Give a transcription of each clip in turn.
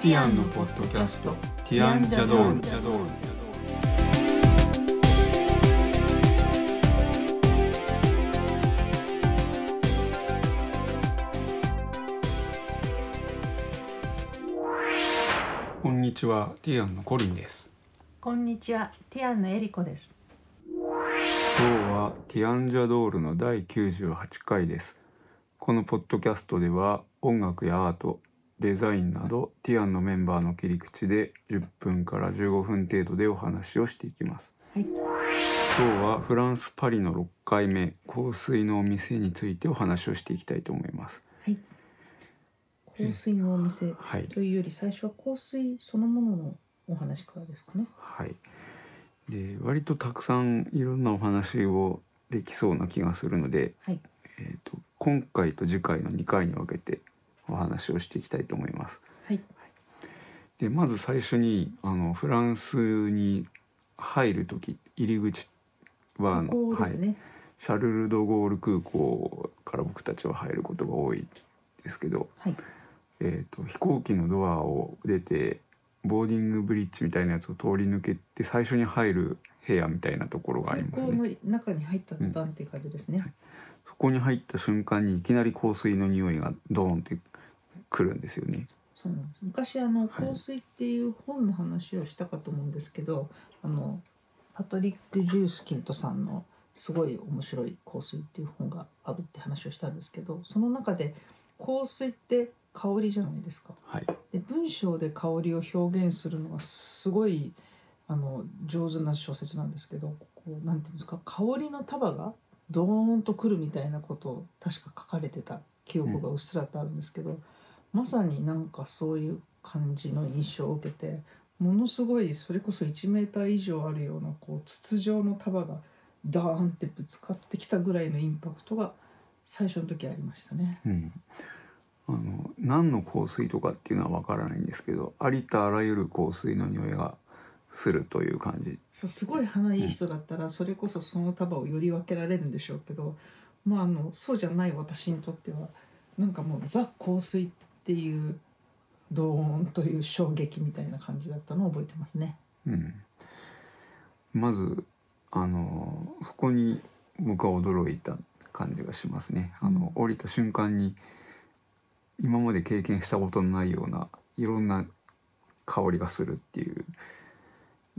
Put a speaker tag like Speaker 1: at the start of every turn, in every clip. Speaker 1: ッドキャスト「ティアンジャドール」こんにちはティアンのコリンです
Speaker 2: こんにちは、ティアンのエリコです。
Speaker 1: 今日はティアンジャドールの第98回ですこのポッドキャストでは音楽やアートデザインなどティアンのメンバーの切り口で10分から15分程度でお話をしていきます
Speaker 2: はい、
Speaker 1: 今日はフランス・パリの6回目香水のお店についてお話をしていきたいと思います
Speaker 2: はい。香水のお店
Speaker 1: はい
Speaker 2: というより、最初は香水そのもののお話からですかね。
Speaker 1: はいで割とたくさんいろんなお話をできそうな気がするので、
Speaker 2: はい、
Speaker 1: えー、と今回と次回の2回に分けてお話をしていきたいと思います。
Speaker 2: はい、
Speaker 1: でまず最初にあのフランスに入る時入り口はあ
Speaker 2: 空
Speaker 1: の
Speaker 2: 港で
Speaker 1: は
Speaker 2: す
Speaker 1: い、
Speaker 2: ね。
Speaker 1: シャルル・ド・ゴール空港から僕たちは入ることが多いですけど、
Speaker 2: はい、
Speaker 1: えー、と飛行機のドアを出てボーディングブリッジみたいなやつを通り抜けて最初に入る部屋みたいなところがありま
Speaker 2: 空
Speaker 1: す
Speaker 2: 港
Speaker 1: ね
Speaker 2: の中に入った途端っていう感じですね。
Speaker 1: そこに入った瞬間にいきなり香水の匂いがドーンってくるんですよね
Speaker 2: そうなんです。昔あの
Speaker 1: はい
Speaker 2: 香水っていう本の話をしたかと思うんですけど、あのパトリック・ジュースキントさんのすごい面白い香水っていう本があるって話をしたんですけど、その中で香水って香りじゃないですか。
Speaker 1: はい
Speaker 2: で文章で香りを表現するのがすごいあの上手な小説なんですけどこうなんていうんですか香りの束がドーンとくるみたいなことを確か書かれてた記憶がうっすらとあるんですけど、まさになんかそういう感じの印象を受けてものすごいそれこそ1メーター以上あるようなこう筒状の束がダーンってぶつかってきたぐらいのインパクトが最初の時ありましたね。
Speaker 1: うん、あの何の香水とかっていうのはわからないんですけどありとあらゆる香水の匂いがするという感じ
Speaker 2: そうすごい鼻いい人だったらそれこそその束をより分けられるんでしょうけど、まあ、あのそうじゃない私にとってはなんかもうザ香水っていうドーンという衝撃みたいな感じだったのを覚えてますね。
Speaker 1: うん、まずあのそこに僕は驚いた感じがしますね。あの降りた瞬間に今まで経験したことのないようないろんな香りがするっていう、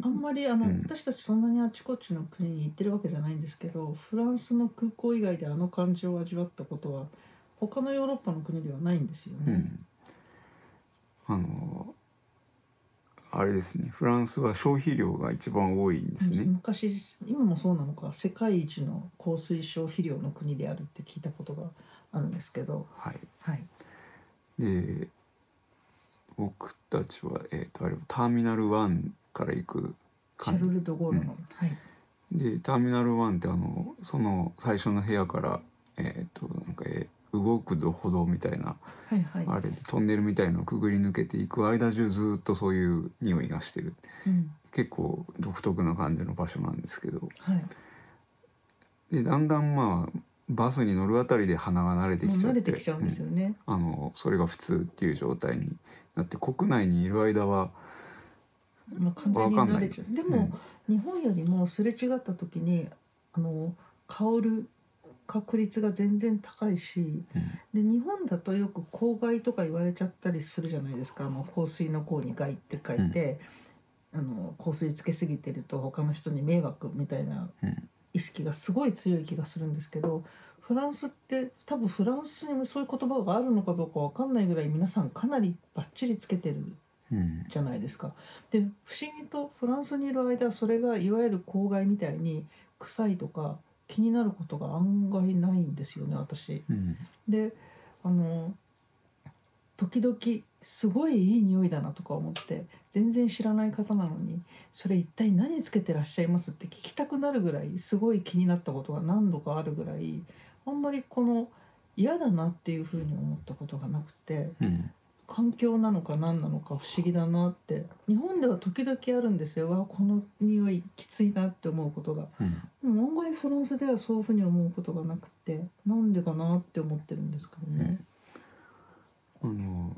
Speaker 2: あんまりあの、
Speaker 1: うん
Speaker 2: 私たちそんなにあちこちの国に行ってるわけじゃないんですけどフランスの空港以外であの感じを味わったことは他のヨーロッパの国ではないんですよ
Speaker 1: う
Speaker 2: ね。
Speaker 1: ん、あのあれですねフランスは消費量が一番多いんですね。
Speaker 2: 昔今もそうなのか世界一の降水消費量の国であるって聞いたことがあるんですけど、
Speaker 1: はい
Speaker 2: はい、
Speaker 1: で僕たちは、えー、とあれターミナル1から行く
Speaker 2: シャ
Speaker 1: 感
Speaker 2: ルル・ド・ゴールの、はい、
Speaker 1: じでターミナル1ってあのその最初の部屋から、えー、となんか、えー動く歩道みたいな
Speaker 2: はいはい
Speaker 1: あれでトンネルみたいのをくぐり抜けていく間中ずーっとそういう匂いがしてる
Speaker 2: うん
Speaker 1: 結構独特な感じの場所なんですけど
Speaker 2: はい、
Speaker 1: でだんだんまあバスに乗るあたりで鼻が慣れて
Speaker 2: も
Speaker 1: き
Speaker 2: う
Speaker 1: ちゃ
Speaker 2: 慣
Speaker 1: って
Speaker 2: れてきちゃうんですよね。
Speaker 1: あのそれが普通っていう状態になって国内にいる間は
Speaker 2: もう完全に慣れちゃうで
Speaker 1: う
Speaker 2: も
Speaker 1: ん、
Speaker 2: 日本よりもすれ違った時にあの香る確率が全然高いし
Speaker 1: うん
Speaker 2: で日本だとよく「公害」とか言われちゃったりするじゃないですかあの香水の「香」に「害」って書いて、あの香水つけすぎてると他の人に迷惑みたいな
Speaker 1: うん
Speaker 2: 意識がすごい強い気がするんですけどフランスって多分フランスにもそういう言葉があるのかどうかわかんないぐらい皆さんかなりバッチリつけてる
Speaker 1: うん
Speaker 2: じゃないですか。で不思議とフランスにいる間それがいわゆる公害みたいに臭いとか気になることが案外ないんですよね私。
Speaker 1: うん
Speaker 2: であの時々すごいいい匂いだなとか思って全然知らない方なのにそれ一体何つけてらっしゃいますって聞きたくなるぐらいすごい気になったことが何度かあるぐらいあんまりこの嫌だなっていうふうに思ったことがなくて
Speaker 1: うん
Speaker 2: 環境なのか何なのか不思議だなって日本では時々あるんですよわあこの匂いきついなって思うことが
Speaker 1: うん
Speaker 2: でも案外フランスではそういうふうに思うことがなくてなんでかなって思ってるんですけどね。
Speaker 1: あの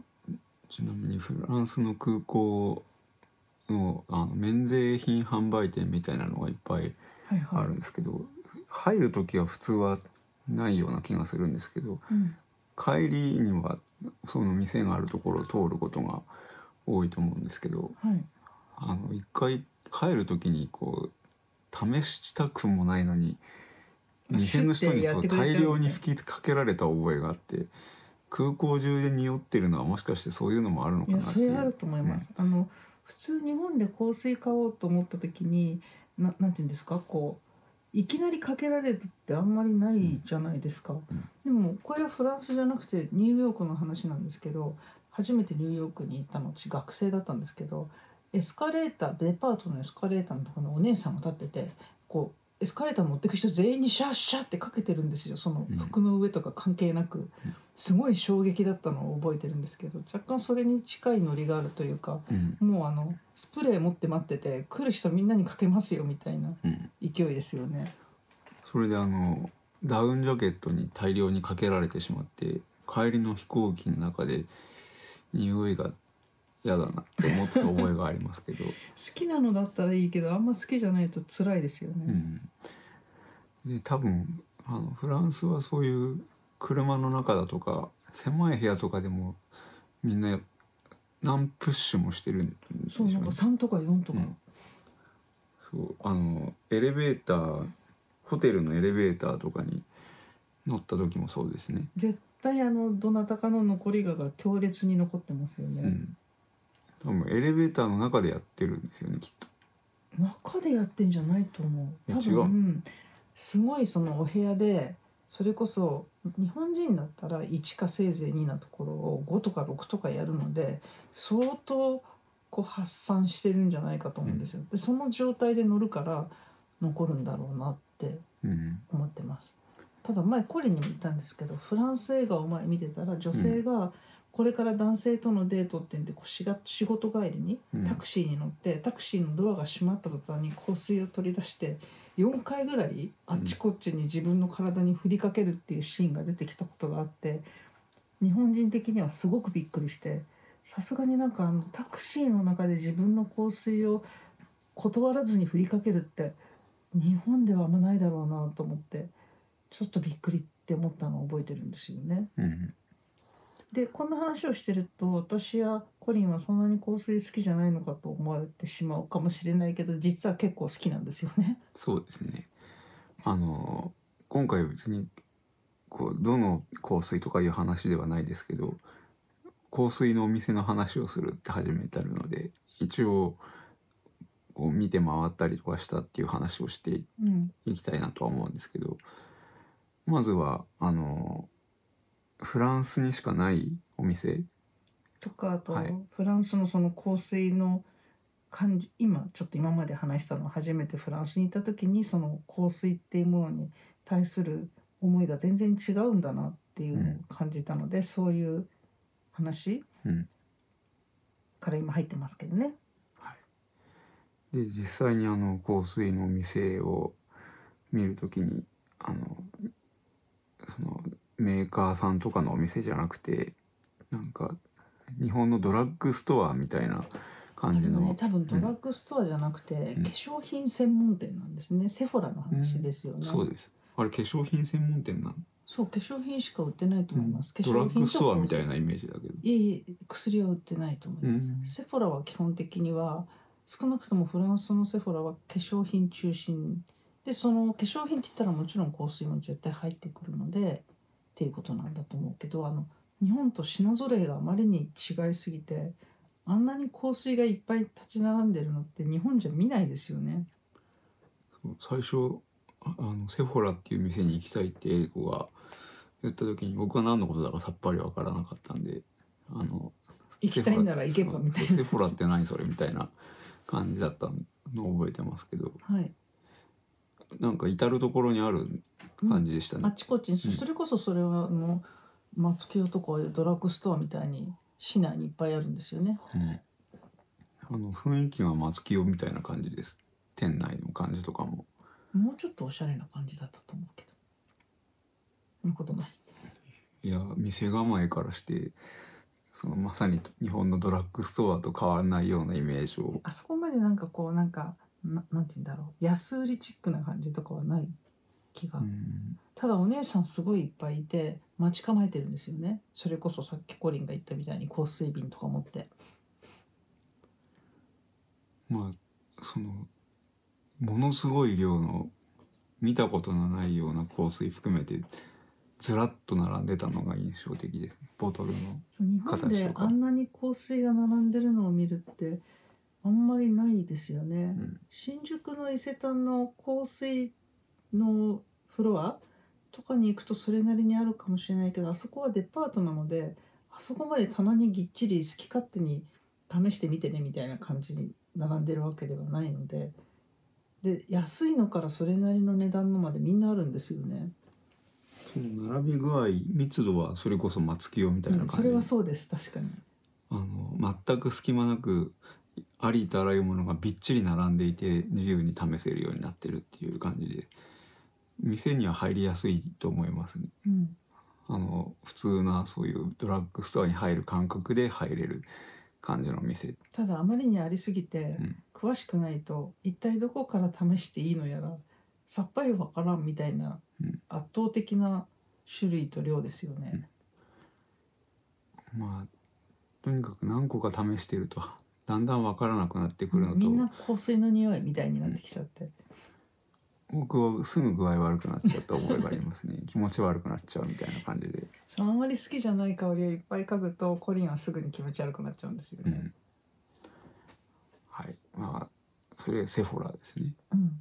Speaker 1: ちなみにフランスの空港のあの免税品販売店みたいなのがいっぱい
Speaker 2: はいは
Speaker 1: あ
Speaker 2: い。
Speaker 1: るんですけど、入る時は普通はないような気がするんですけど
Speaker 2: うん、
Speaker 1: 帰りにはその店があるところを通ることが多いと思うんですけど
Speaker 2: はい。
Speaker 1: あの一回帰る時にこう試したくもないのに
Speaker 2: あ
Speaker 1: 店の人に
Speaker 2: シュッてや
Speaker 1: そ
Speaker 2: っ
Speaker 1: う
Speaker 2: てくれちゃう
Speaker 1: 大量に
Speaker 2: みたい
Speaker 1: 吹
Speaker 2: な
Speaker 1: きかけられた覚えがあって空港中で匂ってるのはもしかしてそういうのもあるの
Speaker 2: い
Speaker 1: かな
Speaker 2: や
Speaker 1: って
Speaker 2: そ
Speaker 1: い
Speaker 2: れある
Speaker 1: う。
Speaker 2: と思います。あの普通日本で香水買おうと思った時にななんていうんですかこういきなりかけられるってあんまりないじゃないですか。
Speaker 1: ん
Speaker 2: でもこれはフランスじゃなくてニューヨークの話なんですけど初めてニューヨークに行ったの私学生だったんですけどエスカレーターデパートのエスカレーターのところにお姉さんが立っててこうエスカレーター持ってく人全員にシャッシャッってかけてるんですよその服の上とか関係なく。すごい衝撃だったのを覚えてるんですけど若干それに近いノリがあるというか
Speaker 1: うん
Speaker 2: もうあのスプレー持って待ってて来る人みんなにかけますよみたいな
Speaker 1: うん、
Speaker 2: 勢いですよね。
Speaker 1: それであのダウンジャケットに大量にかけられてしまって帰りの飛行機の中で匂いが嫌だなって思ってた覚えがありますけど、
Speaker 2: 好きなのだったらいいけどあんま好きじゃないと辛いですよ
Speaker 1: う
Speaker 2: ね。
Speaker 1: ん、で多分あのフランスはそういう車の中だとか狭い部屋とかでもみんな何プッシュもしてるんでし
Speaker 2: そ
Speaker 1: ょ
Speaker 2: う
Speaker 1: うね
Speaker 2: なんか3とか4とか、
Speaker 1: うんそうあのエレベーターホテルのエレベーターとかに乗った時もそうですね。
Speaker 2: 絶対あのどなたかの残りがが強烈に残ってますよ
Speaker 1: う
Speaker 2: ね。
Speaker 1: ん、多分エレベーターの中でやってるんですよねきっと。
Speaker 2: 中でやってんじゃないと思う
Speaker 1: いや
Speaker 2: 多
Speaker 1: 違う
Speaker 2: 分すごいそのお部屋でそれこそ日本人だったら1かせいぜい2なところを5とか6とかやるので相当こう発散してるんじゃないかと思うんですよ。でその状態で乗るから残るんだろうなって
Speaker 1: うん
Speaker 2: 思ってますただ前コリンにも言ったんですけどフランス映画を前見てたら女性がこれから男性とのデートって言ってこうしが仕事帰りに
Speaker 1: うん
Speaker 2: タクシーに乗って、タクシーのドアが閉まった途端に香水を取り出して4回ぐらいあっちこっちに自分の体に振りかけるっていうシーンが出てきたことがあって日本人的にはすごくびっくりしてさすがになんかあのタクシーの中で自分の香水を断らずに振りかけるって日本ではあんまないだろうなと思ってちょっとびっくりって思ったのを覚えてるんですよね。
Speaker 1: うん
Speaker 2: でこんな話をしてると私やコリンはそんなに香水好きじゃないのかと思われてしまうかもしれないけど実は結構好きなんですよね。
Speaker 1: そうですね。あの今回別にこうどの香水とかいう話ではないですけど香水のお店の話をするって始めたので一応こう見て回ったりとかしたっていう話をして
Speaker 2: うん、
Speaker 1: いきたいなとは思うんですけどまずはあのフランスにしかないお店
Speaker 2: とかあと、
Speaker 1: はい
Speaker 2: フランスのその香水の感じ今ちょっと今まで話したのは初めてフランスに行った時にその香水っていうものに対する思いが全然違うんだなっていうのを感じたので、そういう話、
Speaker 1: うん
Speaker 2: から今入ってますけどね。
Speaker 1: で実際にあの香水のお店を見るときにあのそのメーカーさんとかのお店じゃなくてなんか日本のドラッグストアみたいな感じ
Speaker 2: あれは
Speaker 1: の、
Speaker 2: ね多分ドラッグストアじゃなくて、
Speaker 1: ん
Speaker 2: 化粧品専門店なんですねセフォラの話ですよね、
Speaker 1: そうですあれ化粧品専門店なの
Speaker 2: そう化粧品しか売ってないと思います、化
Speaker 1: ドラ
Speaker 2: 粧
Speaker 1: ッグ
Speaker 2: 品
Speaker 1: ストアみた
Speaker 2: ない
Speaker 1: なイメージだけど
Speaker 2: いえいえ薬は売ってないと思います、
Speaker 1: うん
Speaker 2: セフォラは基本的には少なくともフランスのセフォラは化粧品中心でその化粧品って言ったらもちろん香水も絶対入ってくるのでっていうことなんだと思うけどあの日本と品揃えがあまりに違いすぎてあんなに香水がいっぱい立ち並んでるのって日本じゃ見ないですよね。
Speaker 1: 最初ああのセフォラっていう店に行きたいって英子が言った時に僕は何のことだかさっぱりわからなかったんであの
Speaker 2: 行きたいなら行けばみたい
Speaker 1: そう
Speaker 2: な。
Speaker 1: セフォラって何それみたいな感じだったのを覚えてますけど
Speaker 2: はい、
Speaker 1: なんか至る所にある感じでした
Speaker 2: あ
Speaker 1: ね
Speaker 2: っ、ちこっちに、そそれこそそれはあの松清とかドラッグストアみたいに市内にいっぱいあるんですよね。
Speaker 1: うんあの雰囲気は松清みたいな感じです店内の感じとかも
Speaker 2: もうちょっとおしゃれな感じだったと思うけど。そんなことない。
Speaker 1: いや店構えからしてそのまさに日本のドラッグストアと変わらないようなイメージを
Speaker 2: あそこまでなんかこうなんかななんて言うんだろう安売りチックな感じとかはない気が、
Speaker 1: うん
Speaker 2: ただお姉さんすごいいっぱいいて待ち構えてるんですよねそれこそさっきコリンが言ったみたいに香水瓶とか持って
Speaker 1: まあそのものすごい量の見たことのないような香水含めてずらっと並んでたのが印象的ですねボトルの
Speaker 2: 日本
Speaker 1: 形
Speaker 2: で
Speaker 1: とか
Speaker 2: あんなに香水が並んでるのを見るってあんまりないですよね、
Speaker 1: うん
Speaker 2: 新宿の伊勢丹の香水のフロアとかに行くとそれなりにあるかもしれないけどあそこはデパートなのであそこまで棚にぎっちり好き勝手に試してみてねみたいな感じに並んでるわけではないのでで安いのからそれなりの値段のまでみんなあるんですよね、
Speaker 1: その並び具合密度はそれこそ松清みたいな感
Speaker 2: うん
Speaker 1: じ、
Speaker 2: それはそうです確かに
Speaker 1: あの全く隙間なくありとあらゆるものがびっちり並んでいて自由に試せるようになってるっていう感じで店には入りやすいと思いますね
Speaker 2: うん
Speaker 1: あの普通なそういうドラッグストアに入る感覚で入れる感じの店
Speaker 2: ただあまりにありすぎて、
Speaker 1: ん
Speaker 2: 詳しくないと一体どこから試していいのやらさっぱりわからんみたいな
Speaker 1: うん
Speaker 2: 圧倒的な種類と量ですよね。
Speaker 1: まあとにかく何個か試してると だんだん分からなくなってくるの
Speaker 2: みんな
Speaker 1: と
Speaker 2: 香水の匂いみたいになってきちゃって、
Speaker 1: 僕はすぐ具合悪くなっちゃった覚えがありますね 気持ち悪くなっちゃうみたいな感じで、
Speaker 2: そのあんまり好きじゃない香りをいっぱい嗅ぐとコリンはすぐに気持ち悪くなっちゃうんですよ
Speaker 1: う
Speaker 2: ね。
Speaker 1: ん、はいまあそれセフォラですね
Speaker 2: うん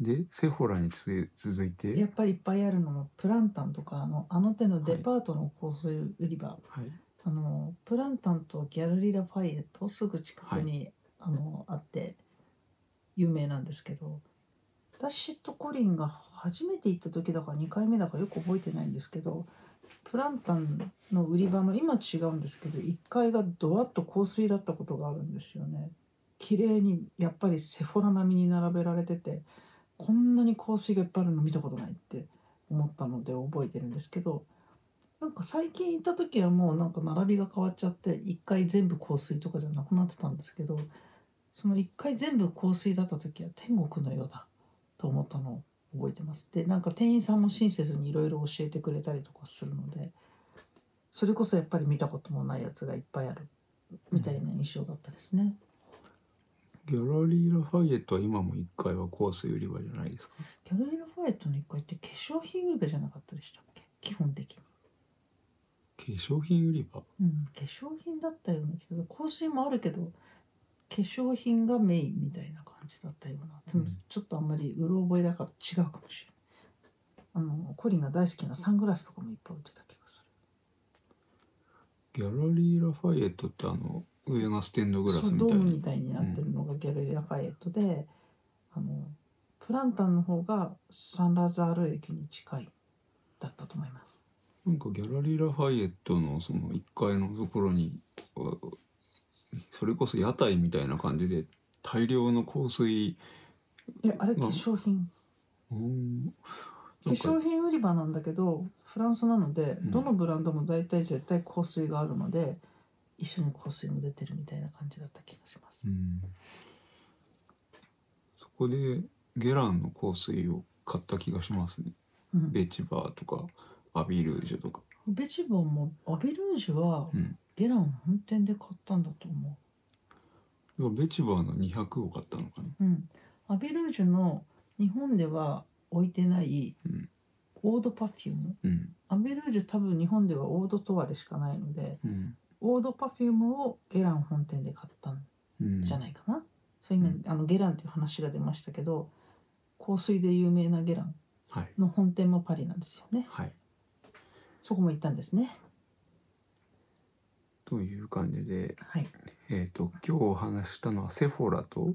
Speaker 1: でセフォラにつ続い
Speaker 2: や
Speaker 1: て
Speaker 2: っ、ぱりいっぱいあるのもプランタンとかあのあの手のデパートの香水売り場、
Speaker 1: はい、
Speaker 2: あのプランタンとギャルリラ・ファイエットすぐ近くに、あのあって有名なんですけど私とコリンが初めて行った時だから2回目だからよく覚えてないんですけどプランタンの売り場の今違うんですけど1階がドワッと香水だったことがあるんですよね。綺麗にやっぱりセフォラ並みに並べられててこんなに香水がいっぱいあるの見たことないって思ったので覚えてるんですけどなんか最近行った時はもうなんか並びが変わっちゃって1回全部香水とかじゃなくなってたんですけどその1回全部香水だった時は天国のようだと思ったのを覚えてますでなんか店員さんも親切にいろいろ教えてくれたりとかするのでそれこそやっぱり見たこともないやつがいっぱいあるみたいな印象だったですね。
Speaker 1: ギャラリー・ラファイエットは今も1階は香水売り場じゃないですか
Speaker 2: ギャルリラ・ファイエットの1回って化粧品売り場じゃなかったでしたっけ基本的に。
Speaker 1: 化粧品売り場
Speaker 2: うん、化粧品だったような気が香水もあるけど化粧品がメインみたいな感じだったような、でも
Speaker 1: うん
Speaker 2: ちょっとあんまりうろ覚えだから違うかもしれないあのコリンが大好きなサングラスとかもいっぱい売ってた気がす
Speaker 1: ギャラリー・ラファイエットってあの上がステンド
Speaker 2: る
Speaker 1: グラス
Speaker 2: そう
Speaker 1: み
Speaker 2: ド
Speaker 1: た
Speaker 2: ー
Speaker 1: い
Speaker 2: ムみ
Speaker 1: に
Speaker 2: たいになってるのがギャルリラ・ファイエットで、あのプランタンの方がサンラザール駅に近いだったと思います
Speaker 1: なんかギャラリー・ラファイエットのその1階のところにあそれこそ屋台みたいな感じで大量の香水
Speaker 2: いやあれ
Speaker 1: うん
Speaker 2: 化粧品、
Speaker 1: うん
Speaker 2: 化
Speaker 1: なんか
Speaker 2: 粧品売り場なんだけどフランスなので、
Speaker 1: ん
Speaker 2: どのブランドも大体絶対香水があるので一緒に香水も出てるみたいな感じだった気がします、
Speaker 1: うんそこでゲランの香水を買った気がしますね
Speaker 2: うん、
Speaker 1: ベチバーとかアビルージュとか
Speaker 2: ベチボンもアベルージュは
Speaker 1: うん
Speaker 2: ゲラン本店で買ったんだと思
Speaker 1: でもベチバーの200を買ったのかな
Speaker 2: う、うん、アベルージュの日本では置いてない
Speaker 1: うん
Speaker 2: オードパフューム
Speaker 1: うん
Speaker 2: アベルージュ多分日本ではオードトワレしかないので
Speaker 1: うん
Speaker 2: オードパフュームをゲラン本店で買ったん
Speaker 1: うん
Speaker 2: じゃないかな、そういう意味であのゲランという話が出ましたけど香水で有名なゲラン
Speaker 1: はい
Speaker 2: の本店もパリなんですよね
Speaker 1: はい
Speaker 2: そこも行ったんですね
Speaker 1: という感じで
Speaker 2: はい
Speaker 1: えー、と今日お話ししたのはセフォラと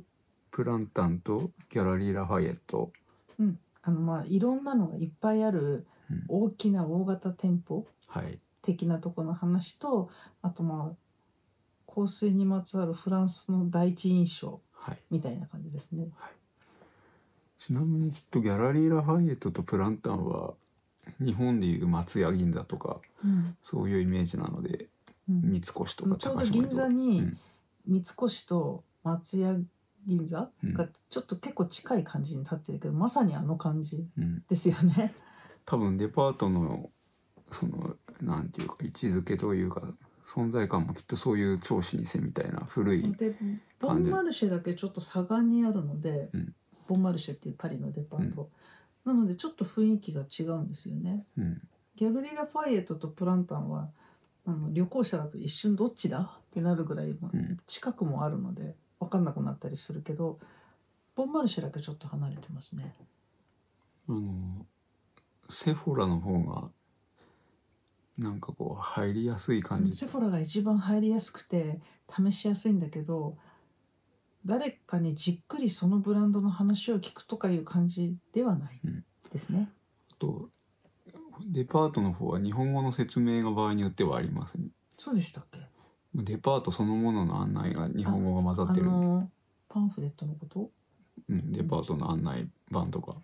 Speaker 1: プランタンとギャラリー・ラファイエット
Speaker 2: うんあのまあいろんなのがいっぱいある
Speaker 1: うん
Speaker 2: 大きな大型店舗
Speaker 1: はい
Speaker 2: 的なとこの話とあとまあ香水にまつわるフランスの第一印象
Speaker 1: はい
Speaker 2: みたいな感じですね
Speaker 1: ちなみにきっとギャラリー・ラファイエットとプランタンは日本でいう松屋銀座とか
Speaker 2: うん
Speaker 1: そういうイメージなので
Speaker 2: うん
Speaker 1: 三越とか
Speaker 2: ちょうど
Speaker 1: 島
Speaker 2: 銀座に
Speaker 1: うん
Speaker 2: 三越と松屋銀座
Speaker 1: うん
Speaker 2: がちょっと結構近い感じに立ってるけど、まさにあの感じ
Speaker 1: うん、
Speaker 2: ですよね。
Speaker 1: 多分デパートのそのなんていうか位置づけというか存在感もきっとそういう超老舗みたいな古い、
Speaker 2: でボンマルシェだけちょっと左岸にあるので、
Speaker 1: うん
Speaker 2: ボンマルシェっていうパリのデパート、なのでちょっと雰囲気が違うんですよね。
Speaker 1: うん、
Speaker 2: ギャブリラ・ファイエットとプランタンはあの旅行者だと一瞬どっちだってなるぐらいも
Speaker 1: う
Speaker 2: う
Speaker 1: ん
Speaker 2: 近くもあるので分かんなくなったりするけどボンマルシェだけちょっと離れてますね。
Speaker 1: あのセフォラの方がなんかこう入りやすい感じ
Speaker 2: セフォラが一番入りやすくて試しやすいんだけど誰かにじっくりそのブランドの話を聞くとかいう感じではない
Speaker 1: うん
Speaker 2: ですね。
Speaker 1: とデパートの方は日本語の説明が場合によってはあります、ね、
Speaker 2: そうでしたっけ
Speaker 1: デパートそのものの案内が日本語が混ざ
Speaker 2: あ
Speaker 1: ってる、
Speaker 2: のパンフレットのこと
Speaker 1: うん、デパートの案内板とか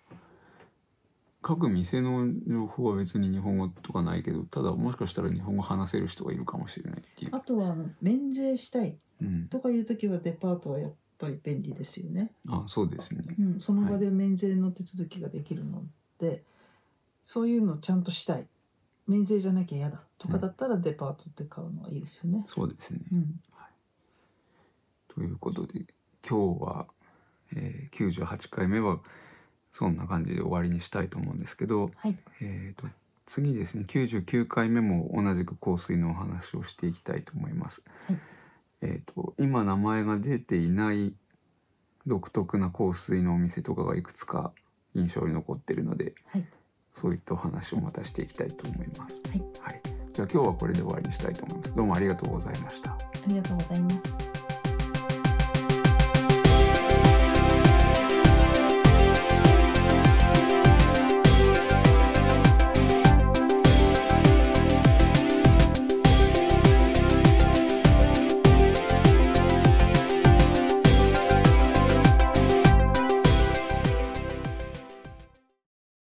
Speaker 1: 各店の情報は別に日本語とかないけどただもしかしたら日本語話せる人がいるかもしれないっていう
Speaker 2: あ、とはあの免税したい
Speaker 1: うん、
Speaker 2: とかいう時はデパートはやっぱり便利ですよね。
Speaker 1: あそうですね
Speaker 2: うん、その場で免税の手続きができるので、そういうのをちゃんとしたい免税じゃなきゃ嫌だとかだったらデパートで買うのはいいですよね。
Speaker 1: そうですね
Speaker 2: うん、
Speaker 1: ということで今日は、えー、98回目はそんな感じで終わりにしたいと思うんですけど、
Speaker 2: はい、
Speaker 1: えー、と次ですね99回目も同じく香水のお話をしていきたいと思います。
Speaker 2: はい
Speaker 1: えー、と今名前が出ていない独特な香水のお店とかがいくつか印象に残ってるので、
Speaker 2: はい
Speaker 1: そういったお話をまたしていきたいと思います。
Speaker 2: はい
Speaker 1: じゃあ今日はこれで終わりにしたいと思います。どうもありがとうございました。
Speaker 2: ありがとうございます。